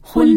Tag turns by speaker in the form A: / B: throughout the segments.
A: 婚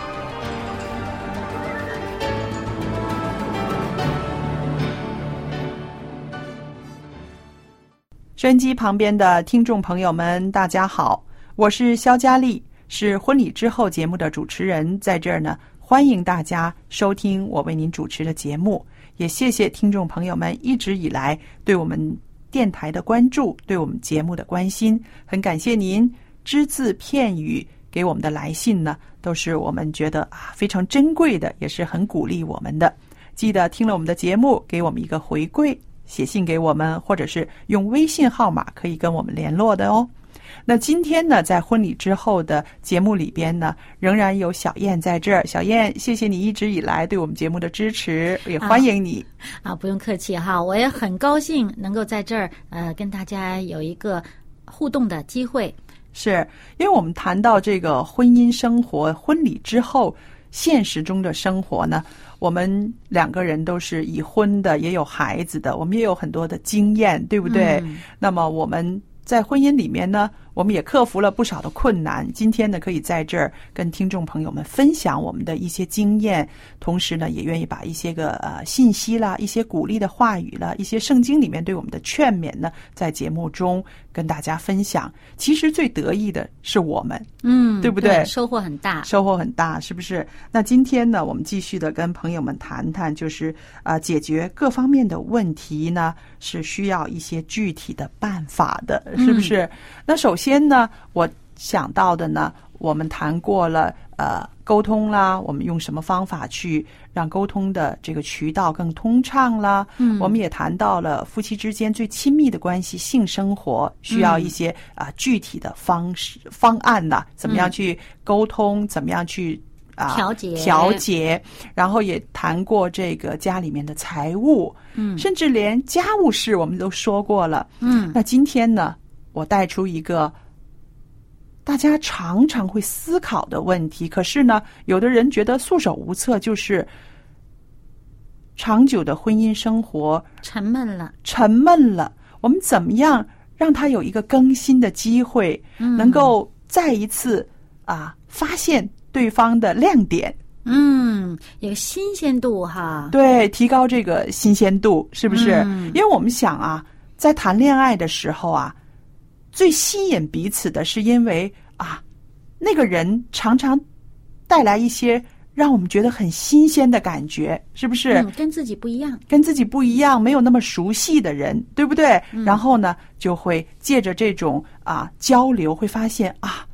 B: 收音机旁边的听众朋友们，大家好，我是肖佳丽，是婚礼之后节目的主持人，在这儿呢，欢迎大家收听我为您主持的节目，也谢谢听众朋友们一直以来对我们电台的关注，对我们节目的关心，很感谢您只字片语给我们的来信呢，都是我们觉得啊非常珍贵的，也是很鼓励我们的。记得听了我们的节目，给我们一个回馈，写信给我们，或者是用微信号码可以跟我们联络的哦。那今天呢，在婚礼之后的节目里边呢，仍然有小燕在这儿。小燕，谢谢你一直以来对我们节目的支持，也欢迎你。
A: 啊，不用客气哈，我也很高兴能够在这儿呃跟大家有一个互动的机会。
B: 是因为我们谈到这个婚姻生活、婚礼之后现实中的生活呢，我们两个人都是已婚的，也有孩子的，我们也有很多的经验，对不
A: 嗯
B: 对？嗯那么我们在婚姻里面呢，我们也克服了不少的困难。今天呢，可以在这儿跟听众朋友们分享我们的一些经验，同时呢，也愿意把一些个呃信息啦、一些鼓励的话语啦、一些圣经里面对我们的劝勉呢，在节目中跟大家分享。其实最得意的是我们，
A: 嗯，
B: 对不
A: 对？
B: 对
A: 收获很大。
B: 收获很大，是不是？那今天呢，我们继续的跟朋友们谈谈，就是啊、呃解决各方面的问题呢，是需要一些具体的办法的，是不是？那首先呢，我想到的呢，我们谈过了呃沟通啦，我们用什么方法去让沟通的这个渠道更通畅啦？嗯，我们也谈到了夫妻之间最亲密的关系性生活需要一些啊、呃具体的方式方案呐、怎么样去沟通，怎么样去。啊，
A: 调节
B: 调节，然后也谈过这个家里面的财务，嗯，甚至连家务事我们都说过了。
A: 嗯，
B: 那今天呢，我带出一个大家常常会思考的问题，可是呢，有的人觉得束手无策，就是长久的婚姻生活
A: 沉闷了，
B: 沉闷了，我们怎么样让他有一个更新的机会，
A: 嗯
B: 能够再一次啊发现对方的亮点？
A: 嗯，有个新鲜度哈。
B: 对，提高这个新鲜度，是不是？
A: 嗯
B: 因为我们想啊，在谈恋爱的时候啊，最吸引彼此的是因为啊，那个人常常带来一些让我们觉得很新鲜的感觉，是不是？
A: 嗯，跟自己不一样。
B: 跟自己不一样、没有那么熟悉的人，对不对？
A: 嗯
B: 然后呢，就会借着这种啊交流，会发现啊，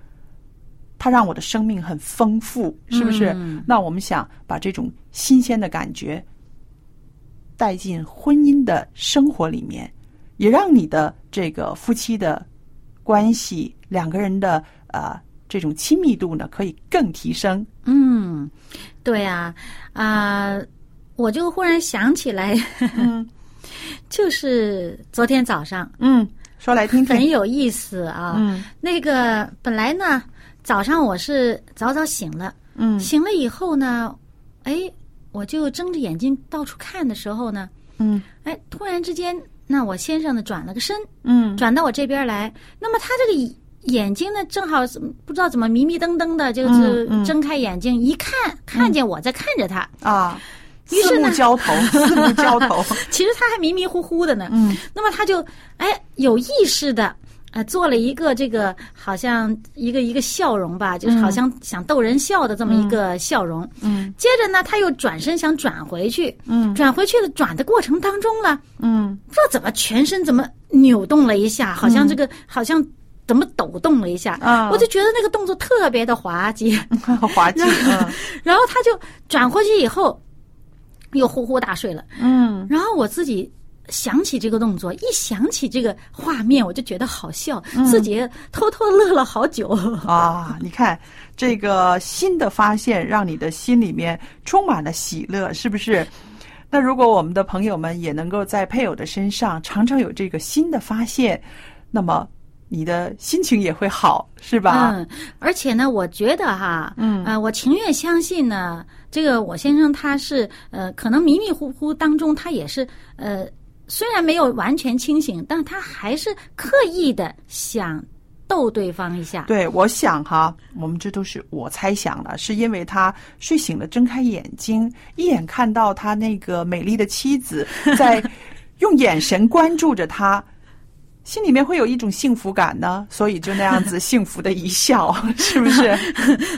B: 他让我的生命很丰富，是不是？
A: 嗯
B: 那我们想把这种新鲜的感觉带进婚姻的生活里面，也让你的这个夫妻的关系，两个人的呃这种亲密度呢，可以更 提升。
A: 嗯，对啊，啊、我就忽然想起来，
B: 嗯
A: 就是昨天早上
B: 嗯，说来听
A: 很
B: 听。
A: 有意思啊。
B: 嗯
A: 那个本来呢，早上我是早早醒了，
B: 嗯
A: 醒了以后呢，哎，我就睁着眼睛到处看的时候呢，
B: 嗯
A: 哎，突然之间那我先生呢转了个身，
B: 嗯
A: 转到我这边来。那么他这个眼睛呢，正好是不知道怎么迷迷瞪瞪的，就是
B: 嗯嗯
A: 睁开眼睛一看，看见我在看着他。
B: 啊，
A: 于
B: 四
A: 是呢
B: 目交投，四目交投，
A: 其实他还迷迷糊糊的呢。
B: 嗯
A: 那么他就哎有意识的。呃，做了一个这个好像一个一个笑容吧，就是好像想逗人笑的这么一个笑容。
B: 嗯
A: 接着呢，他又转身想转回去，
B: 嗯
A: 转回去了，转的过程当中呢，
B: 嗯
A: 不知道怎么全身怎么扭动了一下，好像这个、好像怎么抖动了一下，
B: 啊，嗯
A: 我就觉得那个动作特别的滑稽。
B: 滑稽，
A: 然后他就转回去以后，又呼呼大睡了。
B: 嗯
A: 然后我自己想起这个动作，一想起这个画面，我就觉得好笑，自己偷偷乐了好久。
B: 嗯啊，你看这个新的发现，让你的心里面充满了喜乐，是不是？那如果我们的朋友们也能够在配偶的身上常常有这个新的发现，那么你的心情也会好，是吧？
A: 嗯，而且呢，我觉得哈，
B: 嗯
A: 啊、我情愿相信呢，这个我先生他是呃，可能迷迷糊糊当中，他也是呃，虽然没有完全清醒，但他还是刻意的想逗对方一下。
B: 对，我想哈，我们这都是我猜想的，是因为他睡醒了，睁开眼睛，一眼看到他那个美丽的妻子在用眼神关注着他，心里面会有一种幸福感呢，所以就那样子幸福的一笑，是不是？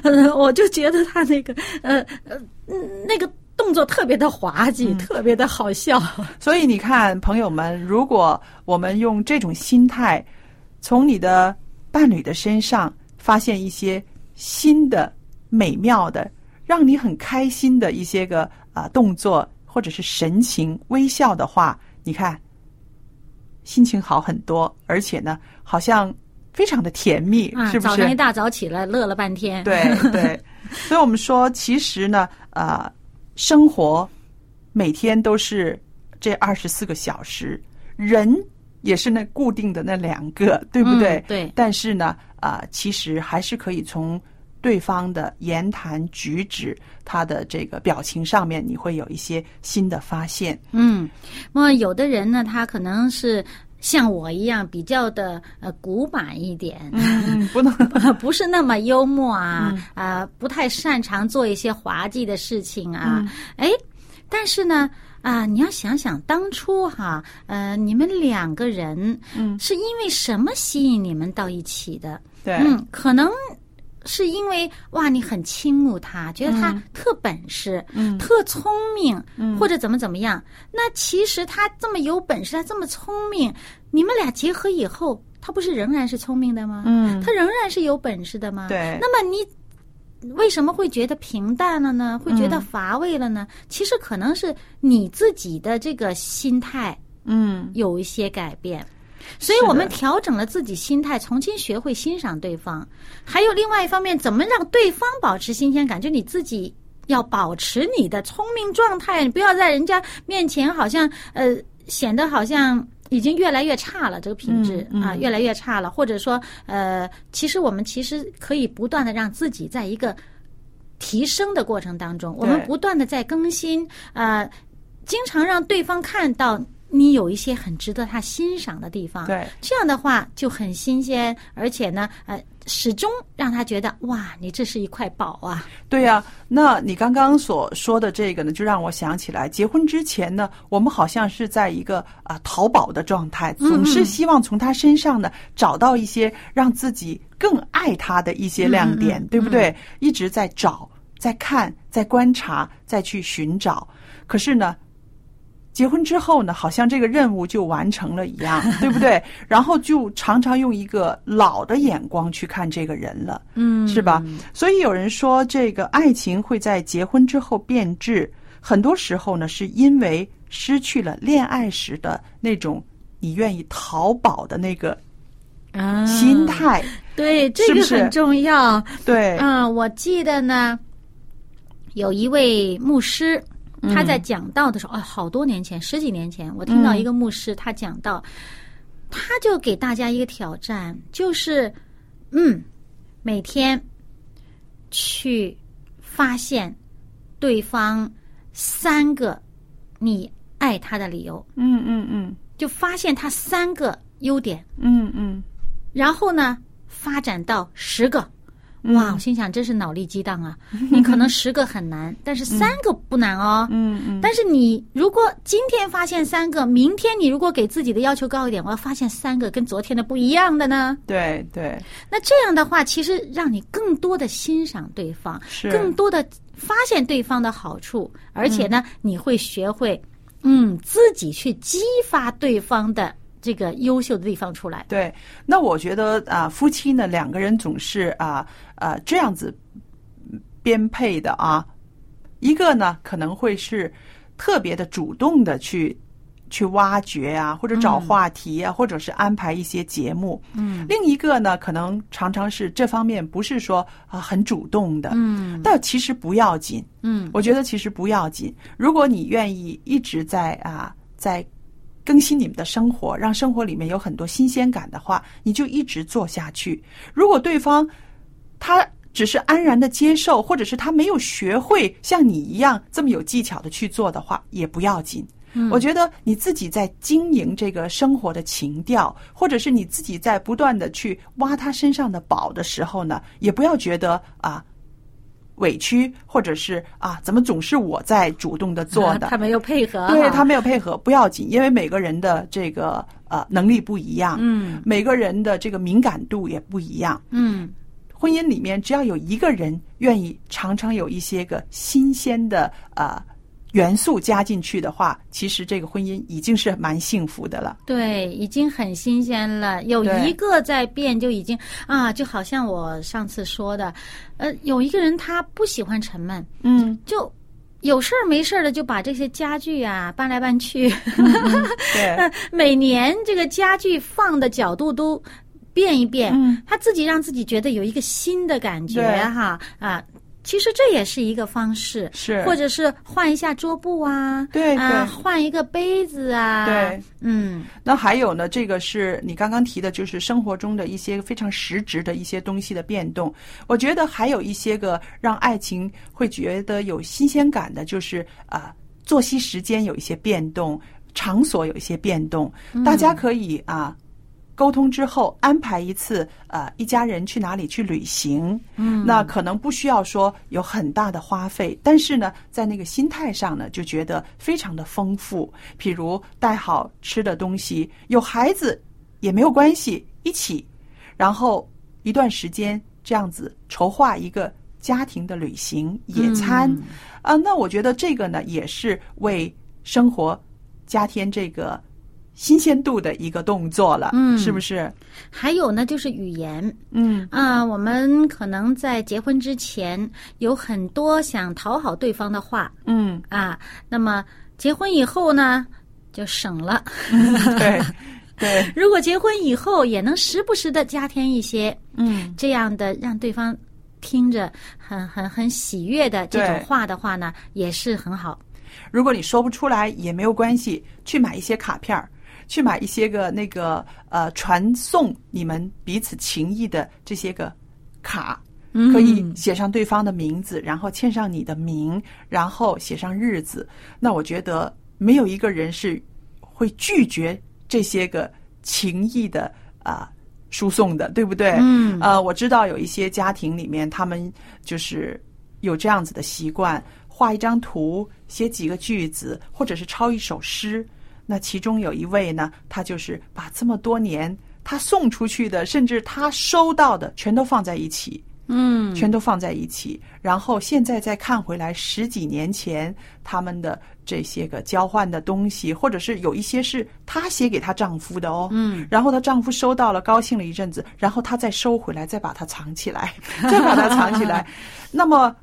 A: 呃， 我就觉得他那个呃呃嗯那个动作特别的滑
B: 嗯
A: 稽，特别的好笑。
B: 所以你看，朋友们，如果我们用这种心态，从你的伴侣的身上发现一些新的、美妙的、让你很开心的一些个啊、动作或者是神情、微笑的话，你看心情好很多，而且呢，好像非常的甜蜜，
A: 啊，
B: 是不
A: 早上一
B: 是？
A: 大早起来乐了半天。
B: 对对，所以我们说，其实呢，呃，生活每天都是这二十四个小时，人也是那固定的那两个，对不对？
A: 嗯对
B: 但是呢，啊、其实还是可以从对方的言谈举止、他的这个表情上面，你会有一些新的发现。
A: 嗯，那么有的人呢，他可能是像我一样比较的呃古板一点。
B: 嗯， 不能
A: 不是那么幽默啊，啊、不太擅长做一些滑稽的事情啊，哎、但是呢，啊、你要想想当初哈，呃，你们两个人，
B: 嗯，
A: 是因为什么吸引你们到一起的？
B: 对，
A: 嗯，可能是因为哇，你很倾慕他，觉得他特本事，
B: 嗯
A: 特聪明，或者怎么怎么样。那其实他这么有本事，他这么聪明，你们俩结合以后，他不是仍然是聪明的吗？
B: 嗯，
A: 他仍然是有本事的吗？。
B: 对，
A: 那么你为什么会觉得平淡了呢？会觉得乏味了呢？其实可能是你自己的这个心态
B: 嗯，
A: 有一些改变。所以
B: 是的
A: 我们调整了自己心态，重新学会欣赏对方。还有另外一方面，怎么让对方保持新鲜感？就你自己要保持你的聪明状态，你不要在人家面前好像呃显得好像已经越来越差了这个品质、
B: 嗯嗯
A: 啊，越来越差了。或者说呃，其实我们其实可以不断的让自己在一个提升的过程当中，我们
B: 对
A: 不断的在更新啊。呃经常让对方看到你有一些很值得他欣赏的地方。，
B: 对，
A: 这样的话就很新鲜，而且呢，呃，始终让他觉得哇，你这是一块宝啊。
B: 对呀、那你刚刚所说的这个呢，就让我想起来，结婚之前呢，我们好像是在一个啊、淘宝的状态，
A: 嗯
B: 总是希望从他身上呢找到一些让自己更爱他的一些亮点，
A: 嗯嗯
B: 对不对？一直在找、在看、在观察、再去寻找。可是呢，结婚之后呢，好像这个任务就完成了一样，对 不对？然后就常常用一个老的眼光去看这个人了。
A: 嗯
B: 是吧？所以有人说，这个爱情会在结婚之后变质，很多时候呢，是因为失去了恋爱时的那种你愿意淘宝的那个
A: 啊
B: 心态。
A: 对
B: 是
A: 这
B: 不
A: 个
B: 是
A: 很重要。
B: 对，
A: 嗯，我记得呢，有一位牧师，他在讲道的时候，啊、好多年前，十几年前，我听到一个牧师，他讲到，他就给大家一个挑战，就是，嗯，每天去发现对方三个你爱他的理由。
B: 嗯嗯嗯，
A: 就发现他三个优点，
B: 嗯嗯
A: 然后呢发展到十个。
B: 嗯
A: 哇，我心想真是脑力激 荡啊！你可能十个很难，但是三个不难哦。
B: 嗯嗯，
A: 但是你如果今天发现三个，明天你如果给自己的要求高一点，我要发现三个跟昨天的不一样的呢？
B: 对对
A: 那这样的话，其实让你更多的欣赏对方，
B: 是
A: 更多的发现对方的好处，而且呢，
B: 嗯
A: 你会学会，嗯，自己去激发对方的这个优秀的地方出来。
B: 对。那我觉得啊、夫妻呢两个人总是啊啊、这样子编配的啊，一个呢可能会是特别的主动的去。去挖掘啊，或者找话题啊，或者是安排一些节目。
A: 嗯
B: 另一个呢，可能常常是这方面不是说啊很主动的，
A: 嗯
B: 但其实不要紧。
A: 嗯
B: 我觉得其实不要紧。如果你愿意一直在啊在更新你们的生活，让生活里面有很多新鲜感的话，你就一直做下去。如果对方他只是安然的接受，或者是他没有学会像你一样这么有技巧的去做的话，也不要紧。
A: 嗯
B: 我觉得你自己在经营这个生活的情调，或者是你自己在不断的去挖他身上的宝的时候呢，也不要觉得啊委屈，或者是啊怎么总是我在主动的做的，
A: 啊他没有配合，
B: 对
A: 哈
B: 他没有配合不要紧，因为每个人的这个呃能力不一样，
A: 嗯
B: 每个人的这个敏感度也不一样。
A: 嗯
B: 婚姻里面只要有一个人愿意常常有一些个新鲜的呃元素加进去的话，其实这个婚姻已经是蛮幸福的了。
A: 对，已经很新鲜了。有
B: 对
A: 一个在变，就已经啊，就好像我上次说的，呃，有一个人他不喜欢沉闷，
B: 嗯，
A: 就有事儿没事儿的就把这些家具啊搬来搬去，
B: 对，
A: 每年这个家具放的角度都变一变，
B: 嗯
A: 他自己让自己觉得有一个新的感觉
B: 对
A: 哈啊。其实这也是一个方式，
B: 是
A: 或者是换一下桌布啊，
B: 对
A: 啊，
B: 对
A: 换一个杯子啊，
B: 对，
A: 嗯，
B: 那还有呢，这个是你刚刚提的，就是生活中的一些非常实质的一些东西的变动。我觉得还有一些个让爱情会觉得有新鲜感的，就是啊、作息时间有一些变动，场所有一些变动，大家可以啊。沟通之后安排一次，呃，一家人去哪里去旅行？嗯，那可能不需要说有很大的花费，但是呢，在那个心态上呢，就觉得非常的丰富。譬如带好吃的东西，有孩子也没有关系，一起，然后一段时间这样子筹划一个家庭的旅行野餐，啊，那我觉得这个呢，也是为生活加添这个新鲜度的一个动作了，
A: 嗯
B: 是不是？
A: 还有呢，就是语言
B: 嗯，
A: 啊、我们可能在结婚之前有很多想讨好对方的话
B: 嗯，
A: 啊，那么结婚以后呢，就省了。
B: 对，对，
A: 如果结婚以后也能时不时的加添一些
B: 嗯，
A: 这样的，让对方听着很很很喜悦的这种
B: 对
A: 话的话呢，也是很好。
B: 如果你说不出来也没有关系，去买一些卡片儿。去买一些个那个呃，传送你们彼此情谊的这些个卡，
A: 嗯
B: 可以写上对方的名字，然后签上你的名，然后写上日子。那我觉得没有一个人是会拒绝这些个情谊的啊、输送的，对不对？
A: 嗯
B: 呃，我知道有一些家庭里面，他们就是有这样子的习惯，画一张图，写几个句子，或者是抄一首诗。那其中有一位呢，他就是把这么多年他送出去的，甚至他收到的，全都放在一起。
A: 嗯
B: 全都放在一起，然后现在再看回来十几年前他们的这些个交换的东西，或者是有一些是她写给她丈夫的哦，嗯，然后她丈夫收到了，高兴了一阵子，然后她再收回来，再把它藏 起来，再把它藏起来，那么。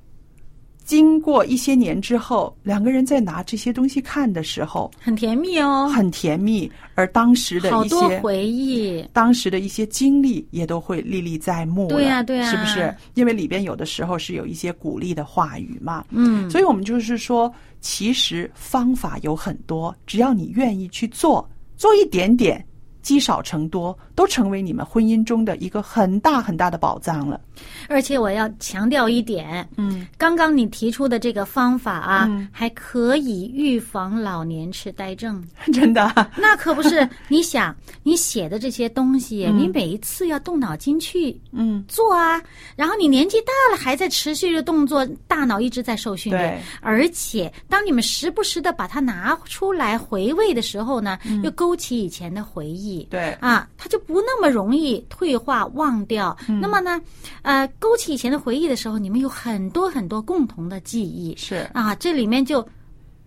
B: 经过一些年之后，两个人在拿这些东西看的时候，
A: 很甜蜜哦，
B: 很甜蜜，而当时的
A: 好
B: 一
A: 多
B: 些
A: 回忆。
B: 当时的一些经历也都会历历在目了
A: 对呀对呀
B: 是不是？因为里边有的时候是有一些鼓励的话语嘛，
A: 嗯，
B: 所以我们就是说，其实方法有很多，只要你愿意去做，做一点点，积少成多，都成为你们婚姻中的一个很大很大的宝藏了。
A: 而且我要强调一点，
B: 嗯，
A: 刚刚你提出的这个方法啊，还可以预防老年痴呆症。
B: 真的啊，
A: 那可不 是，你想你写的这些东西，你每一次要动脑筋去
B: 嗯，
A: 做啊，然后你年纪大了还在持续的动作，大脑一直在受训练
B: 对，
A: 而且当你们时不时的把它拿出来回味的时候呢，又勾起以前的回忆。
B: 嗯对，
A: 啊，它就不那么容易退化忘掉。
B: 嗯
A: 那么呢，呃，勾起以前的回忆的时候，你们有很多很多共同的记忆
B: 是，
A: 啊，这里面就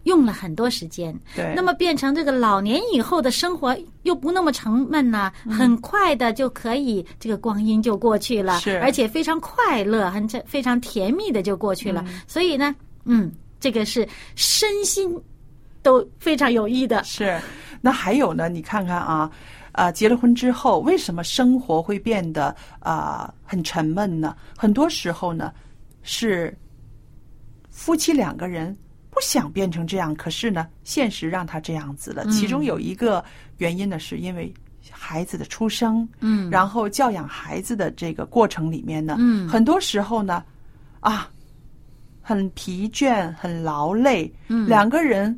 A: 用了很多时间。
B: 对，
A: 那么变成这个老年以后的生活又不那么沉闷呐、
B: 嗯
A: 很快的就可以这个光阴就过去了，
B: 是
A: 而且非常快乐，很非常甜蜜的就过去了。所以呢，嗯，这个是身心都非常有益的。
B: 是，那还有呢？你看看啊，呃，结了婚之后，为什么生活会变得啊、呃很沉闷呢？很多时候呢，是夫妻两个人不想变成这样，可是呢，现实让他这样子了。其
A: 嗯
B: 中有一个原因呢，是因为孩子的出生，
A: 嗯，
B: 然后教养孩子的这个过程里面呢，
A: 嗯
B: 很多时候呢，啊，很疲倦，很劳累，
A: 嗯
B: 两个人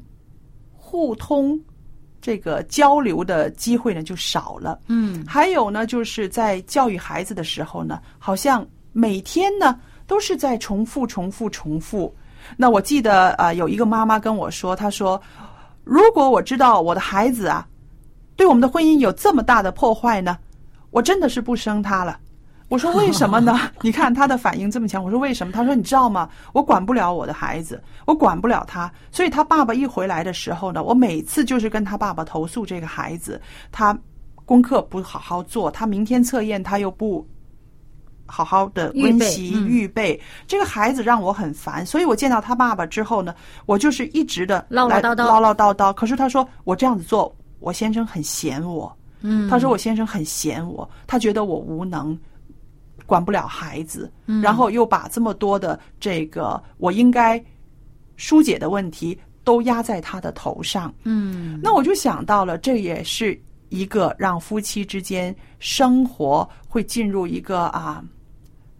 B: 互通这个交流的机会呢就少了。
A: 嗯
B: 还有呢，就是在教育孩子的时候呢，好像每天呢都是在重复、重复、重复。那我记得啊、呃有一个妈妈跟我说，她说：“如果我知道我的孩子啊，对我们的婚姻有这么大的破坏呢，我真的是不生他了。”我说为什么呢？ 你看他的反应这么强。我说为什么？他说你知道吗？我管不了我的孩子，我管不了他，所以他爸爸一回来的时候呢，我每次就是跟他爸爸投诉这个孩子，他功课不好好做，他明天测验他又不好好的温习
A: 预备嗯
B: 预备，这个孩子让我很烦。所以我见到他爸爸之后呢，我就是一直的
A: 唠唠叨叨
B: 唠唠叨叨。可是他说我这样子做，我先生很嫌我。
A: 嗯，
B: 他说我先生很嫌我，他觉得我无能，管不了孩子，
A: 嗯
B: 然后又把这么多的这个我应该疏解的问题都压在他的头上。
A: 嗯
B: 那我就想到了，这也是一个让夫妻之间生活会进入一个啊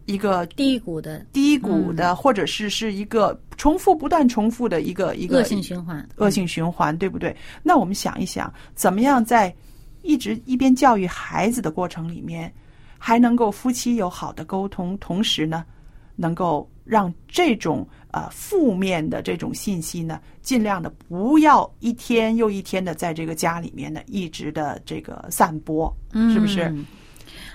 B: 一个
A: 低谷的
B: 低谷
A: 嗯
B: 的，或者是是一个重复不断重复的一个一个
A: 恶性循环。
B: 恶性循环，对不对？那我们想一想，怎么样在一直一边教育孩子的过程里面，还能够夫妻有好的沟通，同时呢，能够让这种呃负面的这种信息呢，尽量的不要一天又一天的在这个家里面呢一直的这个散播，
A: 嗯
B: 是不是？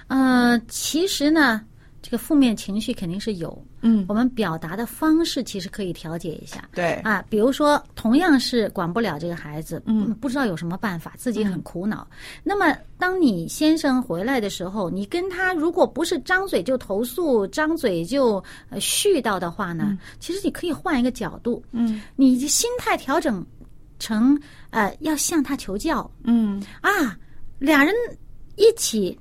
A: 呃，其实呢，这个负面情绪肯定是有，
B: 嗯，
A: 我们表达的方式其实可以调节一下。
B: 对，
A: 啊，比如说，同样是管不了这个孩子，
B: 嗯，
A: 不知道有什么办法，自己很苦恼。那么，当你先生回来的时候，你跟他如果不是张嘴就投诉，张嘴就呃絮叨的话呢，其实你可以换一个角度，
B: 嗯
A: 你的心态调整成呃，要向他求教
B: 嗯，
A: 啊，俩人一起。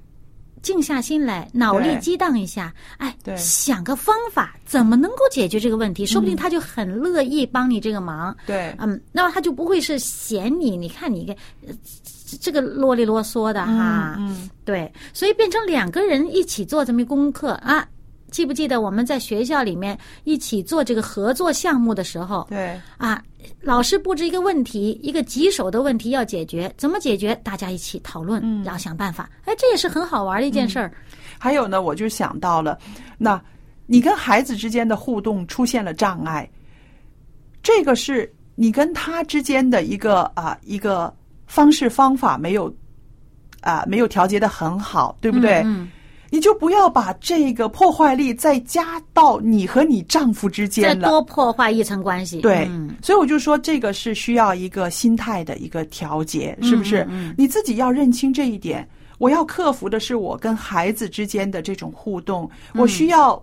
A: 静下心来，脑力
B: 对
A: 激荡一下，哎
B: 对，嗯
A: 想个方法，怎么能够解决这个问题？说不定他就很乐意帮你这个忙。
B: 对，
A: 嗯，那么他就不会是嫌你，你看你一个呃这这个啰里啰嗦的哈，
B: 嗯
A: 对，所以变成两个人一起做这么一功课啊。记不记得我们在学校里面一起做这个合作项目的时候
B: 对，
A: 啊？老师布置一个问题，一个棘手的问题要解决，怎么解决？大家一起讨论，然后想办法。哎，这也是很好玩的一件事儿。
B: 还有呢，我就想到了，那你跟孩子之间的互动出现了障碍，这个是你跟他之间的一个啊一个方式方法没有啊没有调节的很好，对不对？
A: 嗯，
B: 你就不要把这个破坏力再加到你和你丈夫之
A: 嗯再
B: 间了。
A: 多破坏一层关系。
B: 对，
A: 嗯
B: 所以我就说这个是需要一个心态的一个调节，是不是？
A: 嗯嗯
B: 你自己要认清这一点。我要克服的是我跟孩子之间的这种互动，
A: 嗯
B: 我需要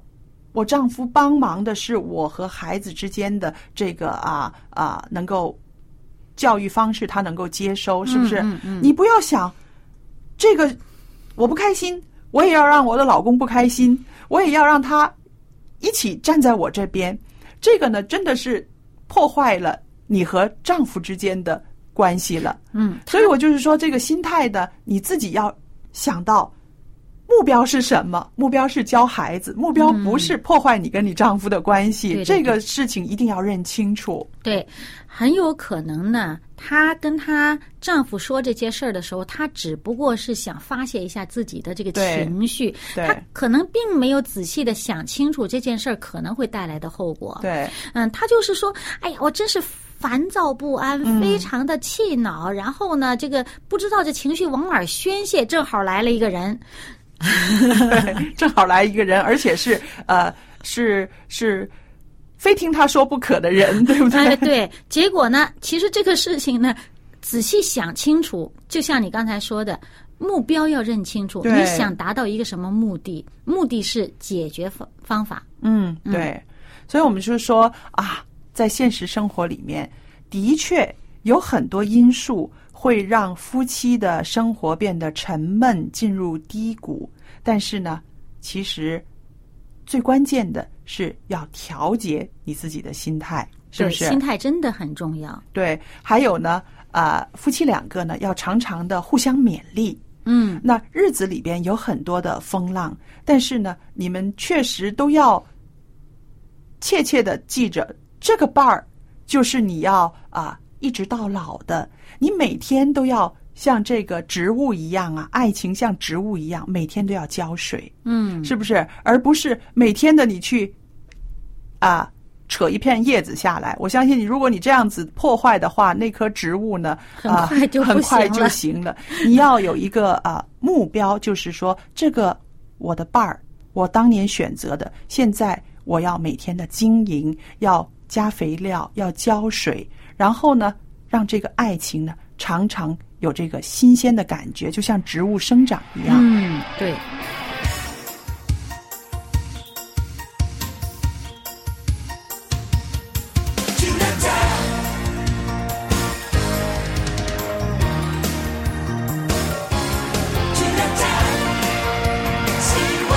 B: 我丈夫帮忙的是我和孩子之间的这个啊啊能够教育方式他能够接收，是不是？
A: 嗯嗯
B: 你不要想这个我不开心，我也要让我的老公不开心，我也要让他一起站在我这边。这个呢，真的是破坏了你和丈夫之间的关系了。
A: 嗯，
B: 所以我就是说，这个心态的你自己要想到目标是什么？目标是教孩子，目标不是破坏你跟你丈夫的关系。
A: 对对
B: 这个事情一定要认清楚。
A: 对，很有可能呢，她跟她丈夫说这些事儿的时候，她只不过是想发泄一下自己的这个
B: 对
A: 情绪，
B: 对
A: 她可能并没有仔细的想清楚这件事儿可能会带来的后果。，
B: 对，
A: 嗯，她就是说，哎呀，我真是。烦躁不安，
B: 嗯
A: 非常的气恼，然后呢，这个不知道这情绪往哪儿宣泄，正好来了一个 人，
B: 对， 正好来一个人，而且是呃，是是非听他说不可的人，对不对？
A: 哎，对，结果呢，其实这个事情呢，仔细想清楚，就像你刚才说的，目标要认清楚，
B: 对
A: 你想达到一个什么目的？目的是解决方方法。
B: 嗯，对，所以我们就说啊，在现实生活里面，的确有很多因素会让夫妻的生活变得沉闷，进入低谷。但是呢，其实最关键的是要调节你自己的心态，是不
A: 对
B: 是？
A: 心态真的很重要。
B: 对，还有呢，啊、夫妻两个呢要常常的互相勉励。
A: 嗯，
B: 那日子里边有很多的风浪，但是呢，你们确实都要呃切切的记着，这个伴儿就是你要啊一直到老的，你每天都要像这个植物一样啊，爱情像植物一样，每天都要浇水，
A: 嗯，
B: 是不是？而不是每天的你去啊扯一片叶子下来。我相信你，如果你这样子破坏的话，那棵植物呢，
A: 很
B: 啊，
A: 快就不
B: 很快
A: 行
B: 就
A: 了
B: 行了。你要有一个啊目标，就是说这个我的伴儿，我当年选择的，现在我要每天的经营，要加肥料，要浇水，然后呢，让这个爱情呢常常有这个新鲜的感觉，就像植物生长一样。
A: 嗯，对。
C: 去了站，希望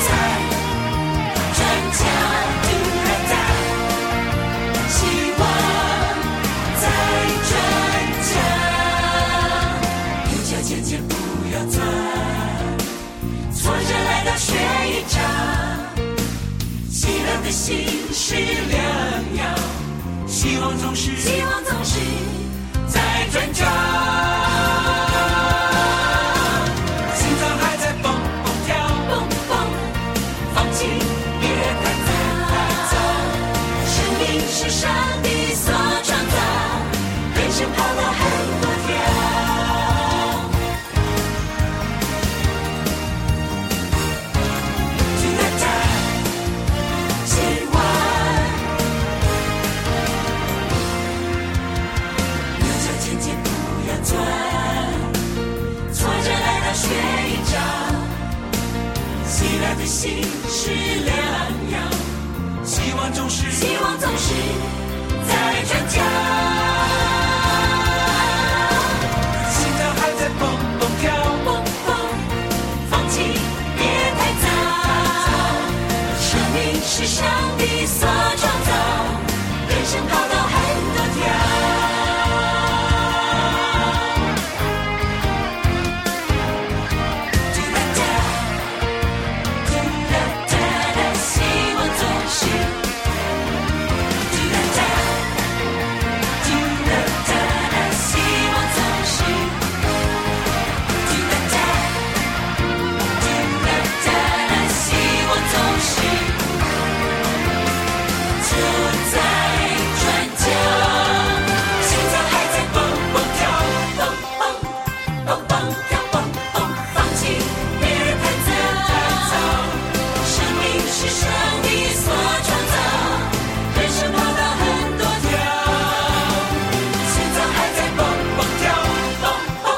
C: 在转角。去了站，希望在转角。有脚尖尖不要钻，坐着来到学一场。喜乐的心是良药，希望总是希望总是在转角。心脏还在蹦蹦跳，蹦蹦，放弃，别太早，太早。生命是上帝所创造，人生跑了很多条。去哪找希望？牛角尖尖不要钻。挫折来到学一招，喜乐的心是良药，希望总是希望总是在转角，心脏还在蹦蹦跳，蹦蹦，放弃别太早，生命是上帝所创造，人生跑道很多条。哒哒哒，哒哒哒哒，希望总是。哒哒哒，哒哒哒，希望总是。哒哒哒，哒哒哒，希望总是。就在转角，心脏还在蹦蹦跳，蹦蹦。蹦蹦跳蹦蹦，放弃，别太早。生命是上帝所创造，人生跑道很多条，心脏还在蹦蹦跳，蹦蹦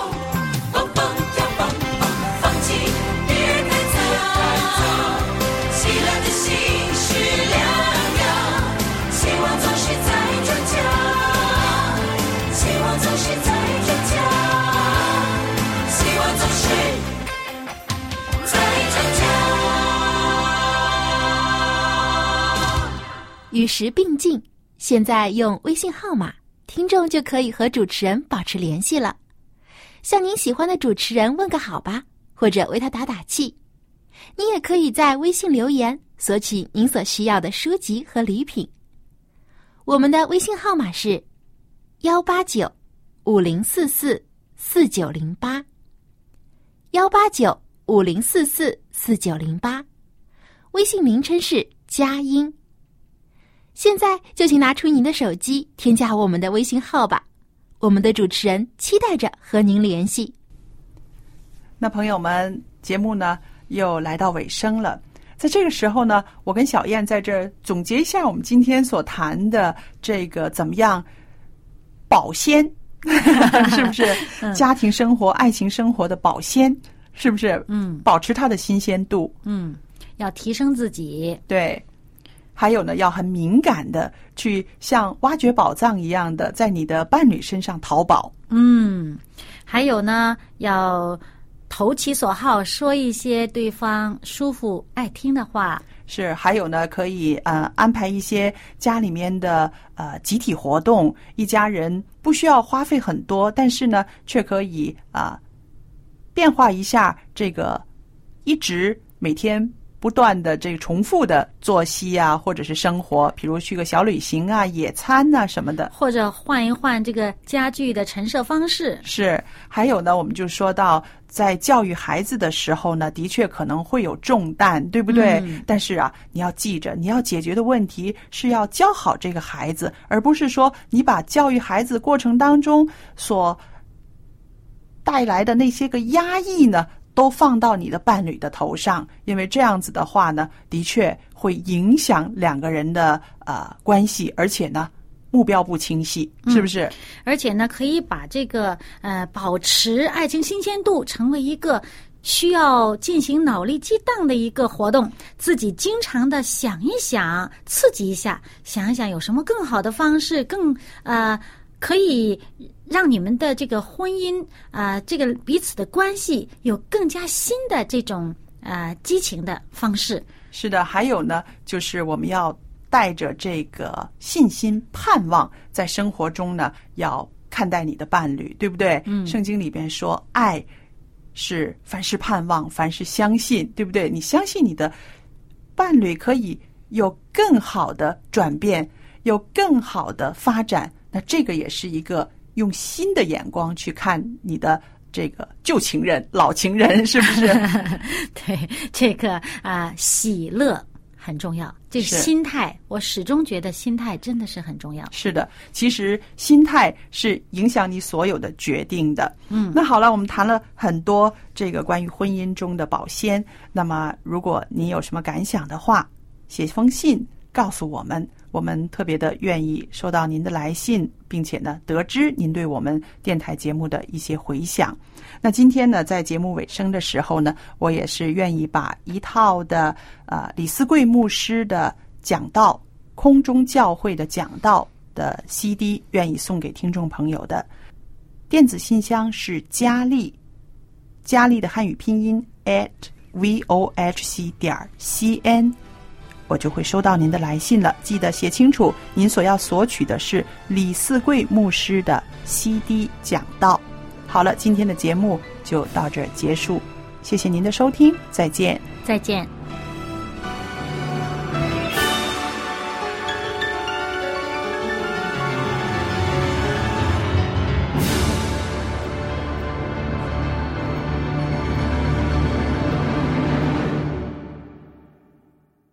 C: 蹦蹦跳蹦蹦，放弃，别太早。喜乐的心是良药，希望总是在转角，希望总是在转角，希望总是在转角。
D: 与时并进。现在用微信号码听众就可以和主持人保持联系了，向您喜欢的主持人问个好吧，或者为他打打气。您也可以在微信留言索取您所需要的书籍和礼品。我们的微信号码是幺八九五零四四四九零八幺八九五零四四四九零八，微信名称是佳音。现在就请拿出您的手机，添加我们的微信号吧。我们的主持人期待着和您联系。
B: 那朋友们，节目呢又来到尾声了。在这个时候呢，我跟小燕在这儿总结一下我们今天所谈的这个怎么样保鲜， 是不是？家庭生活、爱情生活的保鲜，是不是？
A: 嗯
B: 保持它的新鲜度。
A: 嗯，要提升自己，
B: 对，还有呢，要很敏感的去像挖掘宝藏一样的，在你的伴侣身上淘宝。
A: 嗯，还有呢，要投其所好，说一些对方舒服爱听的话。
B: 是，还有呢，可以呃安排一些家里面的呃集体活动，一家人不需要花费很多，但是呢，却可以啊、变化一下这个一直每天不断的这个重复的作息啊，或者是生活，比如去个小旅行啊、野餐呐、什么的。
A: 或者换一换这个家具的陈设方式，
B: 是，还有呢，我们就说到，在教育孩子的时候呢，的确可能会有重担，对不对？但是啊，你要记着，你要解决的问题是要教好这个孩子，而不是说你把教育孩子过程当中所带来的那些个压抑呢，都放到你的伴侣的头上，因为这样子的话呢，的确会影响两个人的呃关系，而且呢，目标不清晰，是不是？
A: 而且呢，可以把这个呃保持爱情新鲜度成为一个需要进行脑力激荡的一个活动，自己经常的想一想，刺激一下，想一想有什么更好的方式，更呃可以让你们的这个婚姻啊、呃这个彼此的关系有更加新的这种呃激情的方式。
B: 是的，还有呢，就是我们要带着这个信心、盼望，在生活中呢，要看待你的伴侣，对不对？嗯，圣经里边说，爱是凡事盼望，凡事相信，对不对？你相信你的伴侣可以有更好的转变，有更好的发展，那这个也是一个用新的眼光去看你的这个旧情人、老情人，是不是？
A: 对这个啊、喜乐很重要。这
B: 是
A: 心态，我始终觉得心态真的是很重要。
B: 是的，其实心态是影响你所有的决定的。嗯，那好了，我们谈了很多这个关于婚姻中的保鲜。那么，如果您有什么感想的话，写封信告诉我们，我们特别的愿意收到您的来信，并且呢，得知您对我们电台节目的一些回响。那今天呢，在节目尾声的时候呢，我也是愿意把一套的呃李思贵牧师的讲道空中教会的讲道的 CD 愿意送给听众朋友的。电子信箱是佳丽，佳丽的汉语拼音 at v o h c 点 c n，我就会收到您的来信了。记得写清楚，您所要索取的是李四贵牧师的 CD 讲道。好了，今天的节目就到这儿结束，谢谢您的收听，再见。
A: 再见。